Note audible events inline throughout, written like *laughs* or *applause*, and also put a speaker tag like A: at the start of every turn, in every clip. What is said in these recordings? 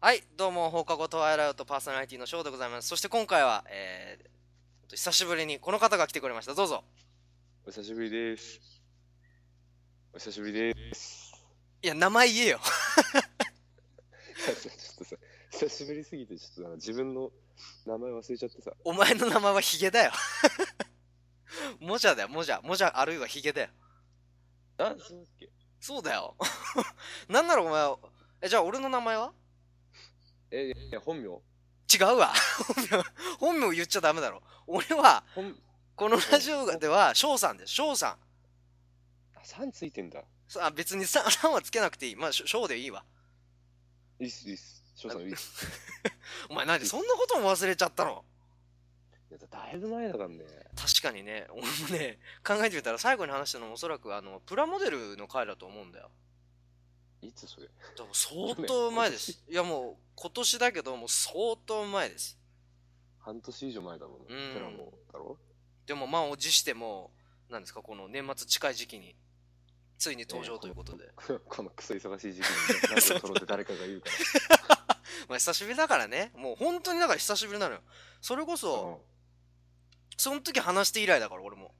A: はい、どうも、放課後トワイライトパーソナリティの翔でございます。そして今回は、えー、久しぶりにこの方が来てくれました。どうぞ。
B: お久しぶりです。お久しぶりです。
A: いや、名前言えよ。 *laughs*
B: *laughs* ちょっとさ、久しぶりすぎて、ちょっと自分の名前忘れちゃってさ。
A: お前の名前はヒゲだよ。 *laughs* もじゃだよ、もじゃ。もじゃ、あるいはヒゲだよ。
B: あ、そうだっけ
A: そうだよ。 *laughs* なんならお前、え、じゃあ俺の名前は
B: え、いや、本名違
A: うわ。 *laughs* 本名、本名言っちゃダメだろ。俺は、このラジオでは、翔さんです。翔さん。
B: あ、さんついてんだ。
A: あ、別にさん、さんはつけなくていい。まあ、翔でいいわ。
B: いいっす、いいっす。翔さんいいっす。
A: お前何、そんなことも忘れちゃったの
B: いやだいぶ前だからね。
A: 確かにね、 *laughs* 俺もね、考えてみたら最後に話したのもおそらく、あの、プラモデルの回だと思うんだよ。
B: いつそれ
A: でも相当前です。いやもう今年だけど、もう相当前です。
B: 半年以上前だもんね。うん、テラモだろ *laughs*
A: でも満を持しても、なんですか、この年末近い時期に、ついに登場ということで。ね、。
B: こ,のこのクソ忙しい時期に、ラジオ撮ろうって誰かが言うから
A: まあ久しぶりだからね。もう本当にだから久しぶりなのよ。それこそ、うん、その時話して以来だから、俺も。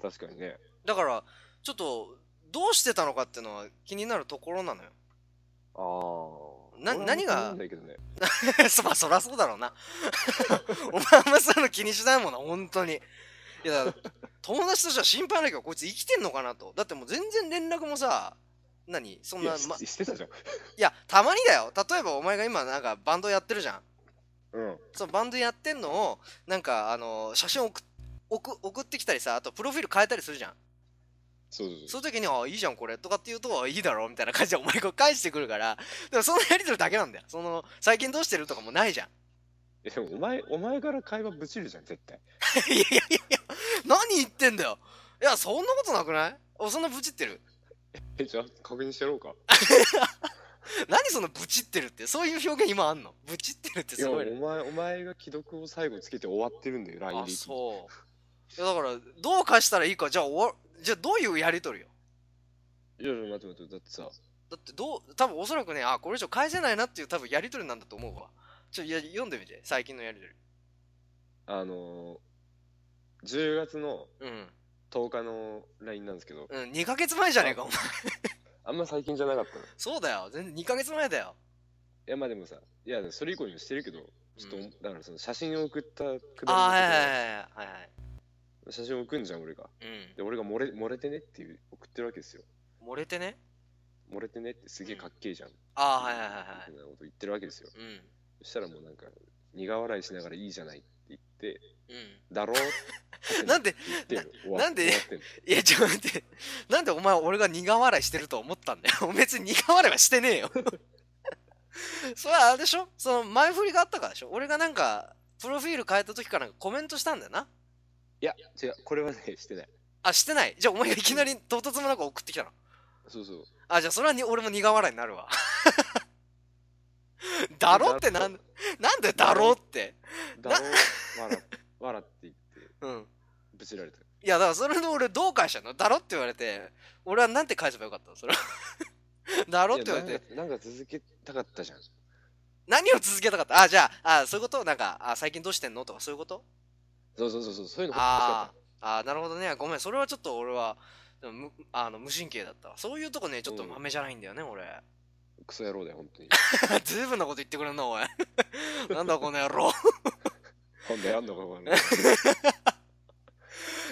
B: 確かにね。
A: だから、ちょっと、どうしてたのかっていうのは気になるところなのよ。
B: あ
A: あ。な、何が、
B: ね、
A: *laughs* そ、まあ、そらそうだろうな。 *laughs* お前あんまそういうの気にしないもんな、本当に。いや、友達としては心配だけど、こいつ生きてんのかなと。だってもう全然連絡もさ、何そんな、
B: ま、してたじゃん。い
A: や、たまにだよ。例えばお前が今なんかバンドやってるじゃん。
B: うん。
A: そう、バンドやってんのを、なんかあの、写真送送送ってきたりさ、あとプロフィール変えたりするじゃん。
B: そう
A: その時に「あいいじゃんこれ」とかって言うと「いいだろ」みたいな感じでお前が返してくるからでもそのやり取りだけなんだよその最近どうしてるとかもないじゃん
B: えでもお前お前から会話ぶちるじゃん絶対
A: いやいやいや何言ってんだよいやそんなことなくないおそんなぶちってる
B: えじゃあ確認してやろうか
A: 何そのブチってるってそういう表現今あんのブチってるってすごい、
B: ね、お前お前が既読を最後つけて終わってるんだよ LINE で
A: あそういやだからどう返したらいいかじゃあ終わじゃあどういうやりとりよ
B: いやいや待って待ってだってさ
A: だってどう多分おそらくねあこれ以上返せないなっていう多分やりとりなんだと思うわちょいや読んでみて最近のやりとり
B: あのー、10月の10日の LINE なんですけど、
A: うん、うん、2ヶ月前じゃねえかお前
B: あんま最近じゃなかったの
A: そうだよ全然2ヶ月前だよ
B: いやまあでもさいやそれ以降にもしてるけどちょっと、うん、だからその写真を送った
A: くだりあはいはいはいはいはい
B: 写真送んじゃん俺が、
A: うん、
B: で俺が漏れ漏れてねっていう送ってるわけですよ
A: 漏れてね
B: 漏れてねってすげえかっけえじゃん、うん、
A: ああはいはいはいはい
B: みたいなこと言ってるわけですよ、
A: うん、
B: そしたらもうなんか苦笑いしながらいいじゃないって言って、、
A: うん
B: だろ
A: *laughs* なんでなんでいやちょっと待ってなんでお前俺が苦笑いしてると思ったんだよ *laughs* 別に苦笑いはしてねえよ *laughs* それはあれでしょその前振りがあったからでしょ俺がなんかプロフィール変えた時からコメントしたんだよない
B: や、違う、これはね、してない。
A: あ、してないじゃあ、お前がいきなり唐突もなく送ってきたの
B: そうそう。
A: あ、じゃあ、それはに俺も苦笑いになるわ。 *laughs* だろってなん、なんでだろって。
B: だろ、わら、わらって言って、
A: うん。
B: ぶちられた。
A: いや、だからそれで俺どう返したのだろって言われて、俺はなんて返せばよかったのそれは。 *laughs* だろって言われ
B: て。なんか続けたかったじゃん。
A: 何を続けたかったあ、じゃあ、あ、そういうことなんか、あ、最近どうしてんのとかそういうこと
B: そうそうそうそう、そういうの
A: ああ、なるほどね。ごめん、それはちょっと俺は、でも無あの無神経だったわ。そういうとこね、ちょっと豆じゃないんだよね、うん、俺。 *laughs*
B: クソ野郎だよ、本当に。
A: ずいぶんなこと言ってくれんな、おい。 *laughs* なんだ、この野郎。
B: なんだやんのか、これ。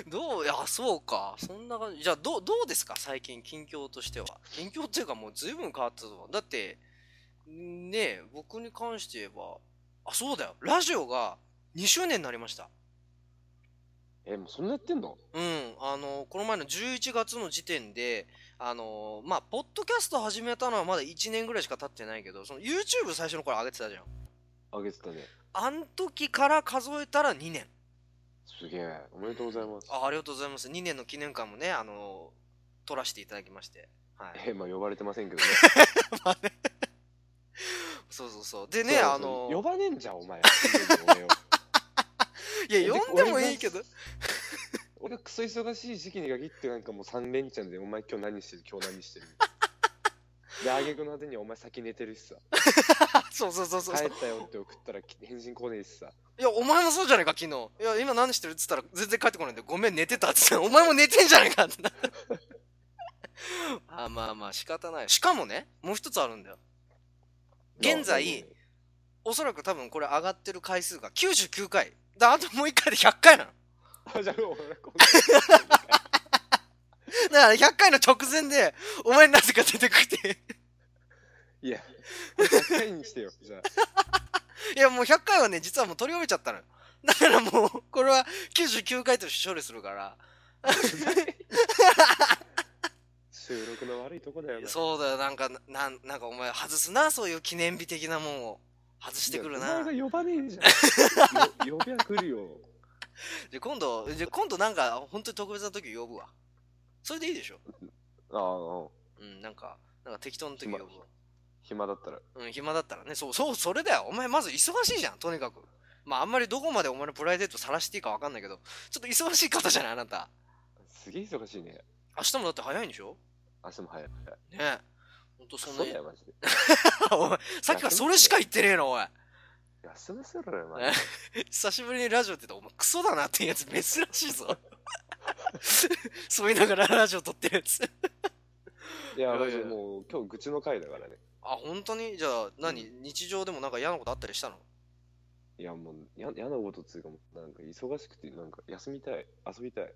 B: *laughs*
A: どういや、そうか。そんな感じ。じゃあ、どう、どうですか最近、近況としては。近況っていうか、もうずいぶん変わったぞ。だって、ねえ、僕に関して言えば、あ、そうだよ。ラジオが2周年になりました。
B: えもうそんなやってんの
A: うんあのこの前の11月の時点であのまあポッドキャスト始めたのはまだ1年ぐらいしか経ってないけどその YouTube 最初の頃上げてたじゃん
B: 上げてたね
A: あん時から数えたら2年
B: すげえおめでとうございます
A: あありがとうございます2年の記念館もねあの撮らせていただきましてはい
B: えまあ呼ばれてませんけどね
A: まあねそうそうそう *laughs* でねあの
B: 呼ばねえんじゃんお前
A: いや、呼んでもいいけど。
B: *laughs* 俺がクソ忙しい時期に限ってなんかもう3連チャンで、お前今日何してる今日何してる
A: *laughs*
B: で挙句の果てにお前先寝てるしさ
A: *laughs* そうそうそうそう
B: 帰ったよって送ったらき返信来ねえしさ
A: いやお前もそうじゃないか昨日いや今何してるっつったら全然帰ってこないんでごめん寝てたっつったらお前も寝てんじゃないかってな *laughs* あまあまあ仕方ないしかもねもう一つあるんだよ *laughs* 現在おそらく多分これ上がってる回数が99回だあともう1回で100回なの
B: あじゃあお前こん
A: だから100回の直前でお前なぜか出てくて
B: いや100回にしてよじ
A: *laughs*
B: ゃあ
A: いやもう100回はね実はもう取り終えちゃったのよだからもうこれは99回として処理するから
B: 収録の悪いとこだよな
A: そうだよなんかなんなんかお前外すなそういう記念日的なもんを外してくる
B: いや
A: な
B: お前が呼ばねえじゃ
A: *laughs*
B: んよ呼びゃ来るよ
A: じゃあ今度じゃあ今度なんか本当に特別な時呼ぶわそれでいいでしょ
B: ああああ
A: うんなんかなんか適当な時呼ぶわ
B: 暇だったら
A: うん暇だったらねそうそうそれだよお前まず忙しいじゃんとにかくまああんまりどこまでお前のプライベートさらしていいかわかんないけどちょっと忙しい方じゃないあなた
B: すげえ忙しいね
A: 明日もだって早いんでしょ
B: 明日も早い
A: ねえほんとそんな
B: そうだよマジで
A: *laughs* お前さっきからそれしか言ってねえのおい
B: 休ませろよマジで
A: 久しぶりにラジオって言ったらお前クソだなっていうやつ珍しいぞ *laughs* そう言いながらラジオ撮ってるやつ
B: いや
A: いやいや
B: マジでもう今日愚痴の回だからね
A: あ本当にじゃあ何、日常でもなんか嫌なことあったりしたの
B: いやもうや嫌なことっつうかもうなんか忙しくてなんか休みたい遊びたい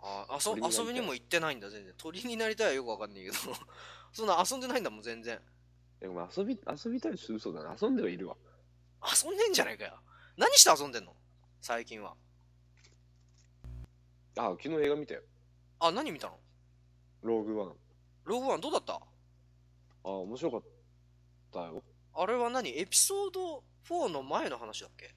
A: ああそ
B: 鳥になりた
A: 遊
B: い
A: びにも行ってないんだ全然鳥になりたいはよくわかんないけど *laughs* そんな遊んでないんだもん全然
B: いやお前遊び遊びたいし嘘だな遊んではいるわ
A: 遊んでんじゃないかよ何して遊んでんの最近は
B: あ昨日映画見たよ
A: あ何見たの
B: ローグワンあ
A: ログワンどうだった
B: あ面白かったよ
A: あれは何エピソード4の前の話だっけ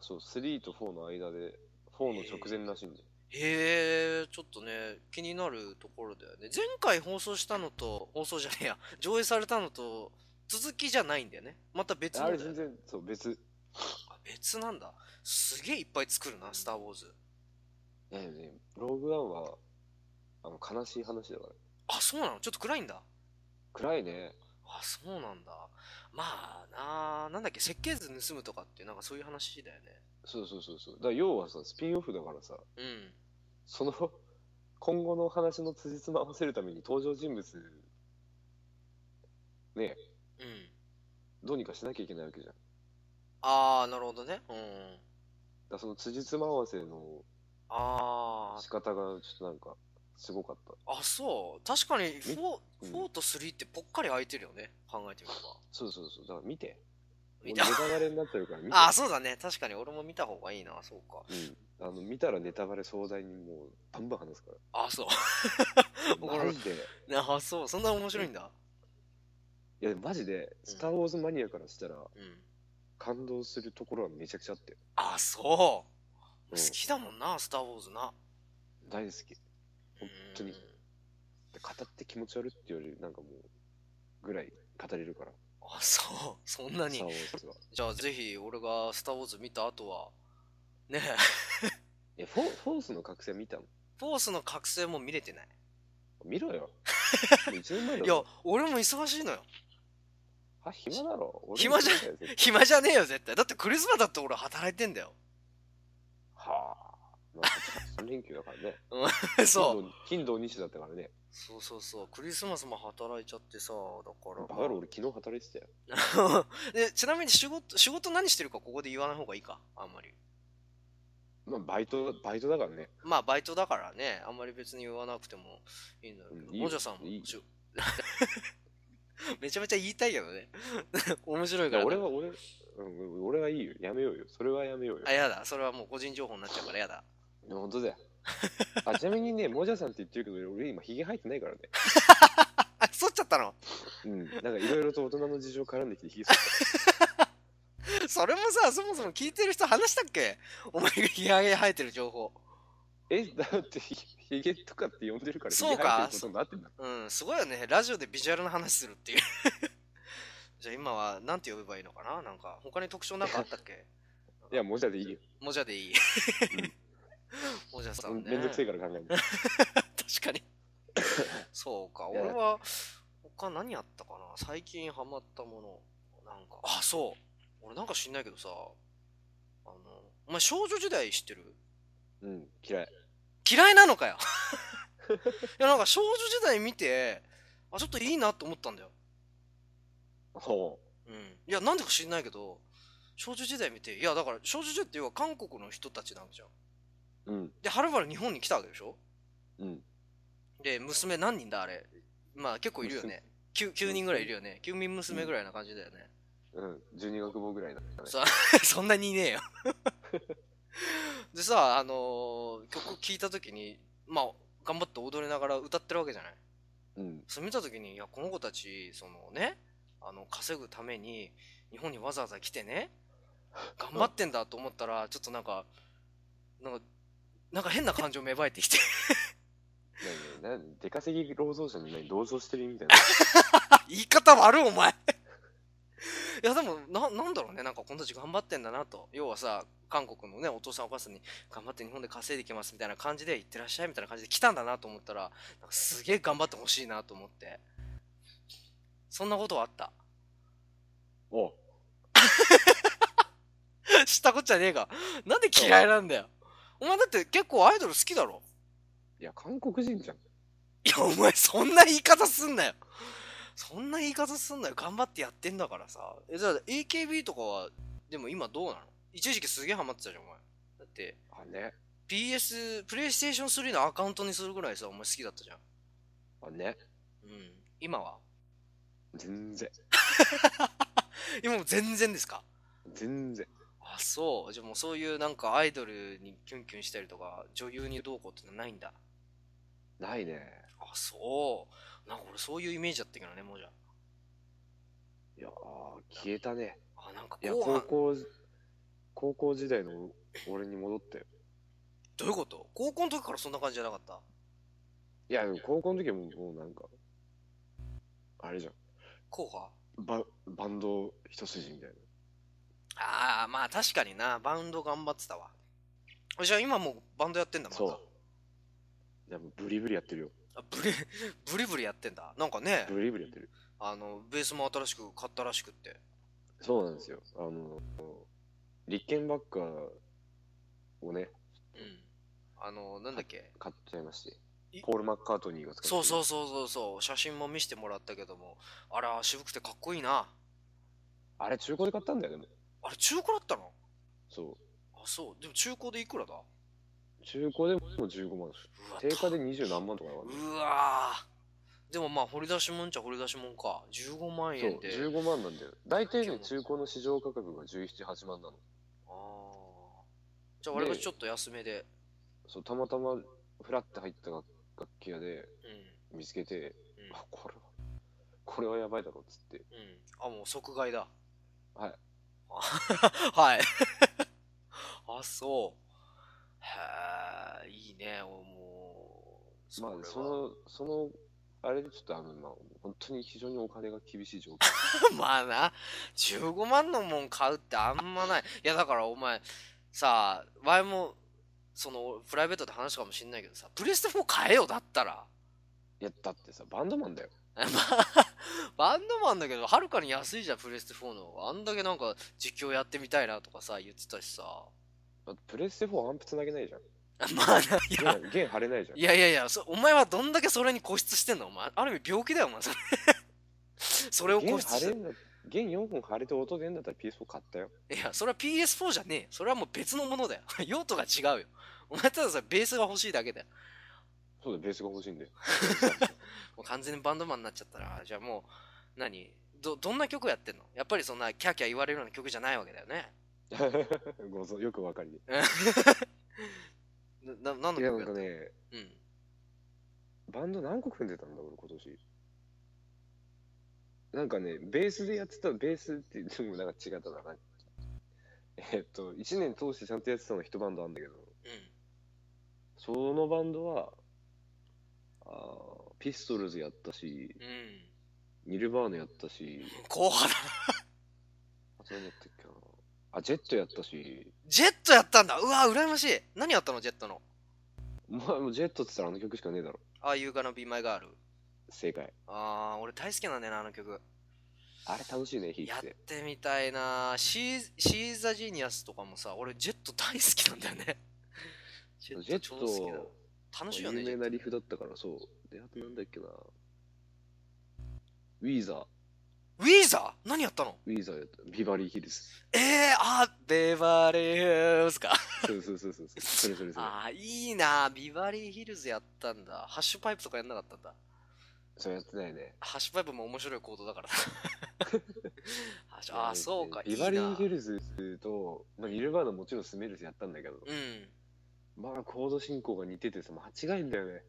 B: そう3と4の間で4の直前らしいんで、
A: へえ、ちょっとね、気になるところだよね。前回放送したのと、放送じゃねえや、上映されたのと、続きじゃないんだよね。また別
B: あ
A: のだ
B: れ
A: よ
B: 全
A: ね
B: 然そう別
A: あ別なんだ。すげえいっぱい作るな、スター・ウォーズ。
B: ねえねえローグワンはあの悲しい話だから
A: あ、そうなのちょっと暗いんだ。
B: 暗いね
A: あ、そうなんだ。まあなあ、なんだっけ、設計図盗むとかって、なんかそういう話だよね。
B: そうそうそうそうだから要はさスピンオフだからさ
A: うん。
B: その今後の話の辻褄合わせるために登場人物ねえ
A: うん。
B: どうにかしなきゃいけないわけじゃんだか
A: ああ、なるほどね。うん。
B: らその辻褄合わせの
A: あ
B: 仕方がちょっとなんかすごかった
A: あ、あ、そう。確かに4、
B: うん
A: 4と3ってぽっかり空いてるよね。考えてみれば。
B: そうそうそうだから見て
A: 見
B: 見
A: た
B: ネタバレになってるから見て
A: ああ、そうだね。確かに俺も見た方がいいな。そうか。
B: うん、あの見たらネタバレ壮大にもうバンバン話すか
A: ああ、そう。 *laughs* 怒
B: ら
A: る
B: マジで
A: ああ、そう。そんな面白いんだ。
B: いやマジで「スター・ウォーズ」マニアからしたら
A: うん。
B: 感動するところはめちゃくちゃあって
A: ああ、そう。
B: うん
A: 好きだもんな、スター・ウォーズな。
B: 大好き本当に
A: うん
B: で語って気持ち悪いってよりなんかもうぐらい語れるから
A: あそう。そんな
B: スター・ウ
A: に。
B: ォーズは
A: じゃあ、ぜひ、俺がスター・ウォーズ見た後は、ねえ、
B: えフォーフォースの覚醒見たの
A: フォースの覚醒も見れてない。
B: 見ろよ1年前だ
A: *laughs* いや
B: ろ、
A: 俺も忙しいのよ。
B: あ暇だろ俺
A: 暇じゃん
B: 見たよ絶対
A: 暇じゃねえよ、絶対。だってクリスマスだって俺働いてんだよ。 *laughs*
B: はあまあ3連休だからね
A: *laughs* そう。
B: 金土金土日だったからね
A: そうそうそう。クリスマスも働いちゃってさ、だから。
B: バカロ俺昨日働いてたよ
A: *laughs* でちなみに仕事仕事何してるかここで言わない方がいいかあんまり
B: まあバイトバイトだからね
A: まあバイトだからねあんまり別に言わなくてもいいんだろうけど、
B: うんいいよ
A: もじゃさんも
B: いいよ
A: しゅ *laughs* めちゃめちゃ言いたいけどね *laughs* 面白い
B: い
A: か
B: や
A: ら
B: 俺は俺、うん、俺はいいよやめようよそれはやめようよ
A: あやだそれはもう個人情報になっちゃうからやだ
B: 本当だよあちなみにねもじゃさんって言ってるけど俺今ひげ生えてないからね
A: あ剃っちゃったの
B: うんなんかいろいろと大人の事情絡んできてひげ剃っ
A: それもさそもそも聞いてる人話したっけお前がヒゲ生えてる情報
B: たえだってひひげとかって呼んでるから
A: そうか
B: ひげ生えてることになってんだ
A: うんすごいよねラジオでビジュアルの話するっていう *laughs* じゃあ今はなんて呼べばいいのかななんか他に特徴なんかあったっけ
B: いやもじゃでいいよ、
A: もじゃでいい。 *laughs* もじゃさんね。 *laughs*
B: めんどくせえから考えない
A: 確かに。そうか、
B: いや
A: 俺は、他何やったかな最近ハマったもの。なんか、あ、そう。俺なんか知んないけどさ、あの、お前少女時代知ってる
B: うん、嫌い。
A: 嫌いなのか *laughs* よいや、なんか少女時代見て、あ、ちょっといいなと思ったんだよ。
B: ほ
A: うん。いや、なんでか知んないけど、少女時代見て、いや、だから少女時代っていうか韓国の人たちなんじゃん。
B: う。うん、
A: で、はるばる日本に来たわけでしょ
B: うん。
A: で、娘何人だあれ。まあ結構いるよね。9, 9人ぐらいいるよね。9人娘ぐらいな感じだよね。
B: うん、12学部ぐらいなんだね。
A: さそんなにいねえよでさあのー曲聴いた時にまあ頑張って踊りながら歌ってるわけじゃない
B: うん、
A: それ見た時にいやこの子たちそのねあの稼ぐために日本にわざわざ来てね頑張ってんだと思ったらちょっとなんかなんかなんか変な感情芽生えてきて
B: 何何出稼ぎ労働者に何同情してるみたいな。
A: 言い方悪いお前 *laughs* いやでもななんだろうねなんかこの人たち頑張ってんだなと要はさ韓国のねお父さんお母さんに頑張って日本で稼いできますみたいな感じで行ってらっしゃいみたいな感じで来たんだなと思ったらなんかすげえ頑張ってほしいなと思ってそんなことはあった *laughs*
B: おう
A: 知ったこっちゃねえがなんで嫌いなんだよお前だって結構アイドル好きだろ
B: いや、韓国人じゃん。
A: いやお前そんな言い方すんなよそんな言い方すんなよ頑張ってやってんだからさえじゃあ AKB とかはでも今どうなの一時期すげえハマってたじゃんお前だって
B: あ、ね。
A: PS プレイステーション3のアカウントにするぐらいさお前好きだったじゃん
B: あ、ね。
A: うん今は
B: 全然。
A: 今も全然ですか
B: 全然。
A: あそうじゃあもうそういうなんかアイドルにキュンキュンしたりとか女優にどうこうってのはないんだ
B: ないね。
A: あそうなんか俺そういうイメージだったけどねもうじゃ
B: いやー、消えたね。
A: ああなんか
B: いや、
A: 後
B: 高
A: 半
B: 校、高校時代の俺に戻ったよ。
A: どういうこと高校の時からそんな感じじゃなかった
B: いや、でも高校の時はもうもうなんか、あれじゃん。
A: 後半
B: ババンド一筋みたい
A: ああまあ確かになバンド頑張ってたわじゃあ今もうバンドやってんだ
B: な。
A: また
B: そう。いや、もうブリブリやってるよ。
A: あブリ *laughs* ブリブリやってんだなんかね
B: ブリブリやってる。
A: あのベースも新しく買ったらしくって
B: そうなんですよ。あの、リッケンバッカーをね、
A: うんあのなんだっけ
B: 買っちゃいまして
A: い。
B: ポール・マッカートニーが使ってる
A: そうそうそうそうそう写真も見せてもらったけどもあら渋くてかっこいいな
B: あれ、中古で買ったんだよ、でも。
A: あれ中古だったの
B: そ
A: あそうでも中古でいくらだ
B: う。中古でも15万。
A: うわ
B: 定価で20何万とかだからね
A: うわーでもまあ掘り出しもんちゃ掘り出しもんか15万
B: そう、
A: 円で
B: 15万なんだよ。大体ね、中古の市場価格が17、8万なの。
A: あーじゃあ我々
B: で
A: ちょっと安めで
B: そう、たまたま、フラって入った楽楽器屋で
A: う
B: 見つけて、
A: んうん
B: あ、これは、これはやばいだろ、っつって。
A: うん。あ、もう即買いだ。
B: はい。
A: *laughs* はい。 *laughs* あ、そう。へえ、いいね、おもう。
B: まあ
A: れ、は
B: その、その、あれでちょっとあの、まあ、本当に非常にお金が厳しい状況。
A: *laughs* まあな、15万のもん買うってあんまない。いや、だからお前、さあ、前も、その、プライベートで話したかもしんないけどさ、プレステ4買えよ、だったら。 *laughs*
B: いや、だってさ、バンドマンだよ。
A: まあ、バンドマンだけど、はるかに安いじゃん、プレステ4の方が。あんだけなんか、実況やってみたいなとかさ、言ってたしさ。
B: だってプレステ4アンプつな
A: *laughs*
B: げないじゃん。
A: まあな、いや、
B: 弦、弦張れないじゃん。
A: いやいやいや、そお前はどんだけそれに固執してんのお前、ある意味病気だよ、お前、それ。 *laughs* それを
B: 弦
A: 固執
B: 張
A: し
B: れ
A: て。
B: んだ弦4本張れて音出んだったら PS4 買ったよ。
A: いや、それは PS4 じゃねえよ。それはもう別のものだよ。 *laughs* 用途が違うよ。お前たださ、ベースが欲しいだけだよ。
B: そうだよ、ベースが欲しいんだよ。 *laughs*
A: もう完全にバンドマンになっちゃったら、じゃあもう、何ど、どんな曲やってんのやっぱりそんなキャーキャー言われるような曲じゃないわけだよね。
B: ご存よくわかりで。
A: な、な何の
B: いや、
A: 曲やっ
B: なんか
A: てんの
B: ね、
A: うん。
B: バンド何個組んでたんだ、俺今年。なんかね、ベースでやってた、ベースって言ってもなんか違ったな。なんかえっと、1年通してちゃんとやってたの一バンドあんだけど、
A: うん。
B: そのバンドは、あーピストルズやったし、
A: うん。
B: ニルバーナやったし、
A: 硬派だ。
B: あと何やったっけな。あ、ジェットやったし、
A: ジェットやったんだ。うわ、羨ましい。何やったの、ジェットの。
B: お前もジェットって言ったらあの曲しかねえだろ。
A: ああいう gonna be my girl。
B: 正解
A: ああ、俺大好きなんだよな、あの曲。
B: あれ楽しいね弾い
A: やっててみたいなシーシーザジーニアスとかもさ、俺ジェット大好きなんだよ
B: *laughs*
A: ね。ジ
B: ジェッ
A: 超好きだ
B: ト
A: 楽しいよね。
B: 有
A: ジェッ
B: 名なリフだったからそうであとなんだっけなウィーザー
A: トウィーザー何やったの
B: ウィーザーやったビバリーヒルズ
A: ええー、あー、ベバリーヒルズか。
B: そうそうそうそうそうそれそれそれ
A: ああ、いいなビバリーヒルズやったんだ。ハッシュパイプとかやんなかったんだ。
B: それやってないね
A: ハッシュパイプも面白いコードだから
B: *laughs*
A: なハッシュああ、そうか、い
B: ビ
A: いな
B: バリーヒルズと、まあ、ニルバーナもちろんスメルスやったんだけど、
A: うん。
B: まあコード進行が似ててさ間違いんだよね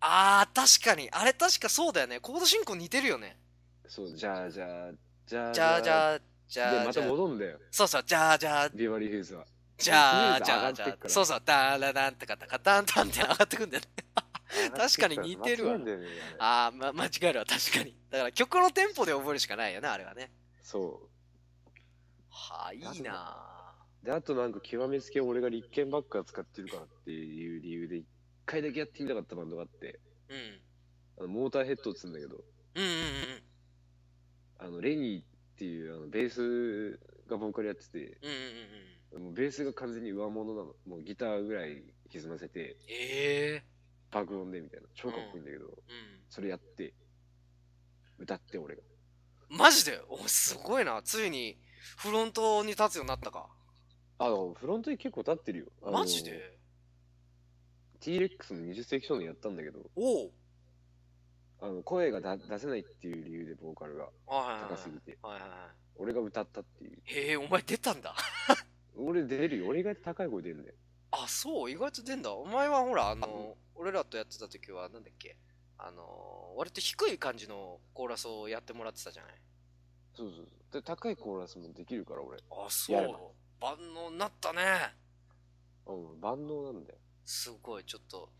A: ああ、確かに。あれ確かそうだよね。コード進行似てるよね。
B: そうじゃあじゃあじゃあ
A: じゃあじゃあ、じゃあ、
B: でまた
A: じゃあ
B: 戻んだよ
A: そうそう、じゃあじゃあ、
B: ビバリーヒルズは
A: じゃあ、
B: と
A: じ
B: り
A: ゃ
B: あ
A: あ、
B: え
A: じ
B: ず上がって
A: ゃ
B: っから
A: あ、そうそう、ダーラダンってかた、カタンタンって上がってくんだよね。 *laughs* 確かに似てるわ
B: 間違いんだよねあれ
A: ああ、ま、間違えるわ、確かに。だから曲のテンポで覚えるしかないよね、あれはね。
B: そ
A: はあ、いいな
B: うであとなんか極めつけ俺が立憲ばっか使ってるからっていう理由で一回だけやってみたかったバンドがあって
A: うん。
B: あのモーターヘッドっつうんだけど
A: うんうん
B: あのレニーっていうあのベースがボーカルやってて
A: うんうん。うんうんうんうん。
B: もうベースが完全に上物なのもうギターぐらい歪ませて
A: ええ
B: 爆音でみたいな超かっこいいんだけど、それやって歌って俺が
A: うん。マジでお、すごいな。ついに、フロントに立つようになったか。
B: あのフロントに結構立ってるよあの
A: マジで
B: T-REX の20世紀少年やったんだけど
A: おう。
B: あの声がだ出せないっていう理由でボーカルが
A: はいはいはい。
B: 高すぎて
A: はいはいは
B: 俺が歌ったっていう
A: い。へえ、お前出たんだ。
B: 俺出るよ俺が高い声出るんだよ
A: あ、そう、意外と出んだ。お前はほら、あの、俺らとやってた時は、なんだっけ、あの、割と低い感じのコーラスをやってもらってたじゃない。
B: そうそうそうで高いコーラスもできるから俺
A: あ、
B: やれば
A: そう。万能になったね。
B: うん万能なんだよ
A: すごい、ちょっと、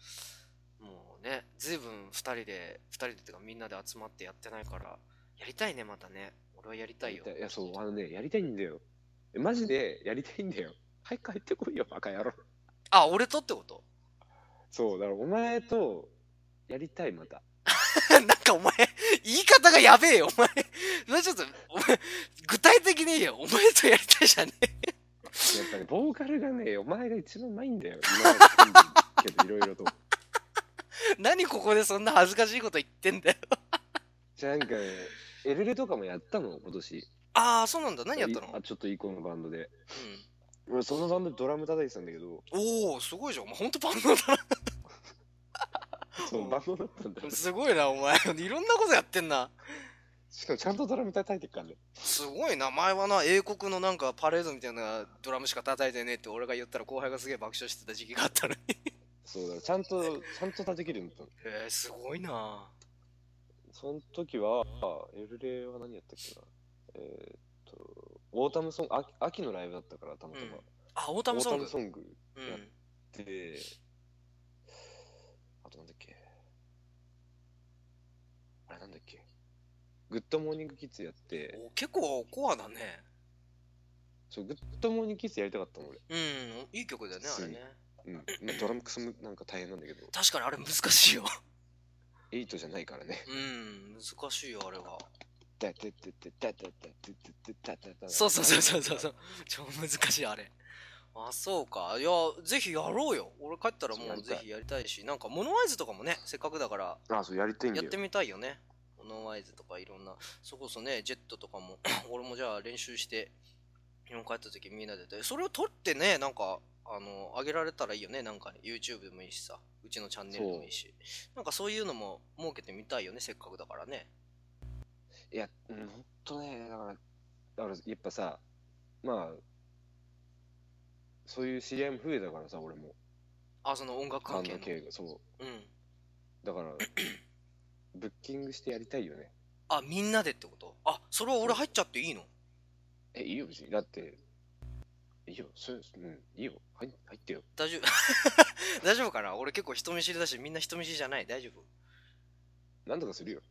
A: もうね、ずいぶん二人で、二人でっていうかみんなで集まってやってないから、やりたいね、またね。俺はやりたいよ。
B: いやそうあのねやりたいんだよえマジでやりたいんだよ早く帰ってこいよバカ野郎
A: あ、俺とってこと *laughs*
B: そうだからお前とやりたいまた
A: なんかお前、言い方がやべえよ、お前。もうちょっと、お前、具体的に言えよ。お前とやりたいじゃねえ。
B: やっぱりボーカルがねお前が一番うまいんだよ今まで組んでるけどいろいろと
A: 何ここでそんな恥ずかしいこと言ってんだよ。
B: じゃあなんかねエルレとかもやったの今年
A: ああ、そうなんだ。何やったの、
B: あちょっといい子のバンドで俺そのバンドドラム叩いてたんだ
A: *laughs*
B: けど
A: うん、おお、すごいじゃん。お前ほんとパンドだ
B: そのバンドだったんだ
A: *laughs*
B: よ
A: な。すごいな、お前。いろんなことやってんな。
B: しかもちゃんとドラム叩いてっからね
A: すごいな。前はな、英国のなんかパレードみたいなドラムしか叩いてねえって俺が言ったら後輩がすげえ爆笑してた時期があったのに。
B: そうだからちゃんとちゃんと叩けるんだったの
A: *laughs* えー、すごいな。
B: その時はエルレは何やったっけなえーっとオータムソング秋秋のライブだったからたまたま、
A: うんあ、オータムソン
B: オータ
A: グ
B: ム。ソング
A: う
B: やっ
A: ん。
B: で、あとなんだっけ。あれなんだっけ。グッドモーニングキッズやって、
A: お結構コアだね。
B: そう、グッドモーニングキッズやりたかったの俺。
A: うん、いい曲だよね、あれね。
B: うん。まあドラムクソもなんか大変なんだけど、
A: 確かにあれ難しいよ。
B: エイトじゃないからね。
A: うん、難しいよ、あれは。
B: だだだだだだだだだだだ
A: そうそうそうそうそうそう。超難しいあれ。あ、そうか。いや、ぜひやろうよ。俺帰ったらも
B: そうや
A: う
B: りた
A: ぜ
B: い
A: ひやりたいし、なんかモノワイズとかもね、せっかくだから
B: あ、そう、やりたいんだ
A: やっ
B: よ
A: て。みたいよね。モノワイズとかいろんな、それこそね、ジェットとかも、 *coughs* 俺もじゃあ練習して、日本帰った時みんなでて、それを撮ってね、なんか、あの、上げられたらいいよね。なんかね、YouTube でもいいしさ、うちのチャンネルでもいいし。なんかそういうのも設けてみたいよね、せっかくだからね。
B: いや、うん、ほんとね、だから、だからやっぱさ、まあ、そういう知り合いも増えたからさ、俺も。
A: あ、その音楽
B: 関
A: 関係
B: 係
A: の。
B: 系が、そう。
A: うん。
B: だから、ブッキングしてやりたいよね。
A: あ、みんなでってことあ、それは俺入っちゃっていいの
B: え、いいよ、別に。だって、いいよ、そうです。うん、いいよ。入入ってよ。
A: 大丈夫大丈夫 *laughs* かな俺結構人見知りだしみんな人見知りじゃない大丈夫
B: なんとかするよ。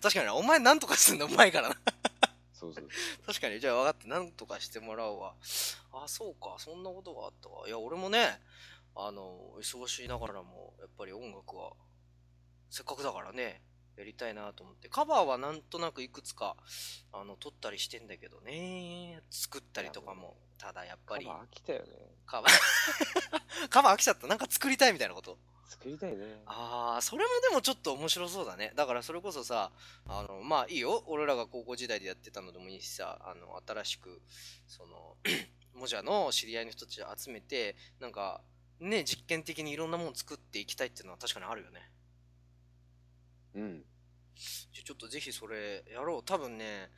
A: 確かになお前なんとかすんのうまいからな *laughs*
B: そうそう。
A: 確かにじゃあ分かってなんとかしてもらうわあそうかそんなことがあったわいや俺もねあの忙しいながらもやっぱり音楽はせっかくだからねやりたいなと思ってカバーはなんとなくいくつかあの撮ったりしてんだけどね作ったりとかもただやっぱり
B: カバー飽きたよね。
A: カバー *laughs* カバー飽きちゃったなんか作りたいみたいなこと
B: 作りたいね。
A: ああそれもでもちょっと面白そうだねだからそれこそさあのまあいいよ俺らが高校時代でやってたのでもいいしさあの新しくその *coughs* もじゃの知り合いの人たちを集めてなんかね実験的にいろんなもの作っていきたいっていうのは確かにあるよね
B: うん。
A: じゃちょっとぜひそれやろう多分ね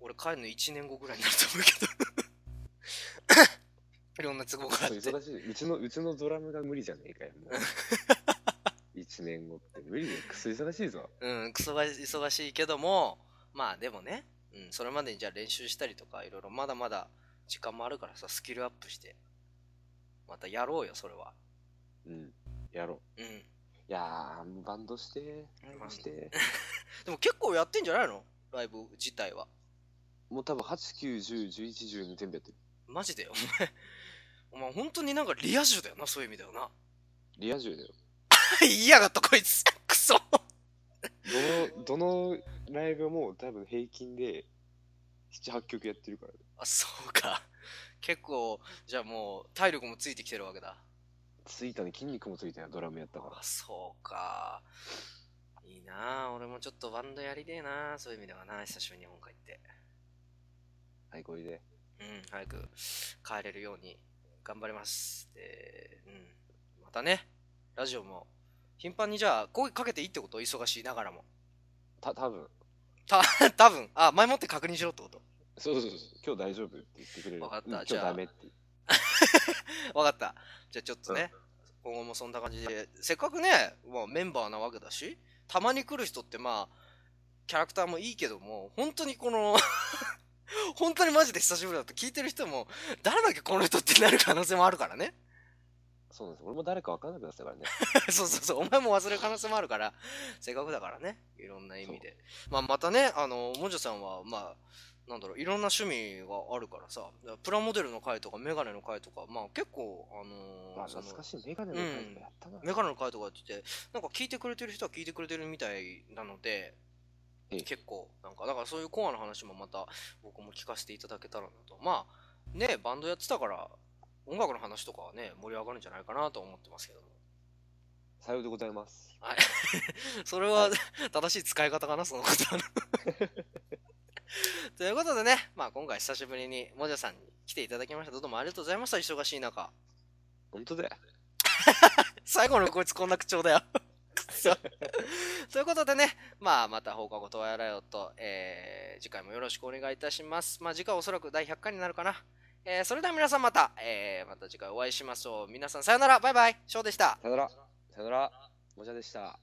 A: 俺帰るの1年後ぐらいになると思うけど *coughs* いろんな都合があっ
B: そう
A: て
B: 忙しい。うちの、うちのドラムが無理じゃねえかよ、
A: *laughs*
B: もう。1年後って無理で、くそ忙しいぞ。
A: うん、クソが忙しいけども、まあでもね、うん、それまでにじゃあ練習したりとか、いろいろまだまだ時間もあるからさ、スキルアップして、またやろうよ、それは。
B: うん。やろ
A: うん。
B: う。いやー、バンドして、バンドして。
A: でも結構やってんじゃないのライブ自体は。
B: もう多分8、9、10、11、12全部やってる。
A: マジで、お前、お前本当になんかリア充だよな、そういう意味だよな。 *laughs*
B: リア充だよ。
A: 言いやがった、こいつ。 *laughs* クソ。
B: どの、どの *laughs* ライブも多分平均で、7、8曲やってるからね。
A: あ、そうか。結構、じゃあもう体力もついてきてるわけだ。
B: ついたね、筋肉もついたよ、ドラムやったから
A: あ。そうかいいなあ俺もちょっとバンドやりてえなあそういう意味ではな久しぶりに日本帰って
B: はい、これで。
A: うん早く帰れるように頑張りますでうんまたねラジオも頻繁にじゃあ声かけていいってこと忙しいながらも *laughs*
B: た、多分
A: た多分あ前もって確認しろってこと
B: そうそうそう。今日大丈夫って言ってくれる。
A: わかった
B: うん今日
A: じゃあ
B: ダメって。
A: *laughs* 分かったじゃあちょっとね、今後もそんな感じでせっかくね、まあ、メンバーなわけだしたまに来る人ってまあキャラクターもいいけども本当にこの *laughs* 本当にマジで久しぶりだと聞いてる人も誰だっけこの人ってなる可能性もあるからね *laughs*
B: そうなんです。俺も誰かわからなくなってたからね。
A: そうそうそうお前も忘れる可能性もあるからせっかくだからねいろんな意味で、まあ、またねあのもじょさんはまあなんだろういろんな趣味があるからさプラモデルの回とかメガネの回とかまあ結構あのー
B: まあ、
A: その
B: 懐かしい。メガネの回とかやったな。
A: メガネの回とかって言って、なんか聞いてくれてる人は聞いてくれてるみたいなので、
B: ええ
A: 結構、なんか、だからそういうコアの話もまた僕も聞かせていただけたらなと。まあ、ね、バンドやってたから、音楽の話とかはね、盛り上がるんじゃないかなと思ってますけども。
B: さようでございます。
A: はい。 *laughs* それは、 *laughs* 正しい使い方かな、そのことはな。 *laughs* ということでね、まあ今回久しぶりに、もじゃさんに来ていただきました。どうもありがとうございました、忙しい中。
B: 本当だよ。
A: 最後のこいつこんな口調だよ。くそということでね、まあ、また放課後とやらよと、えー次回もよろしくお願いいたします。まあ、次回おそらく第100回になるかな。えーそれでは皆さんまた、えーまた次回お会いしましょう。皆さんさよなら、バイバイ、ショーでした。
B: さよなら。さよなら。もじゃでした。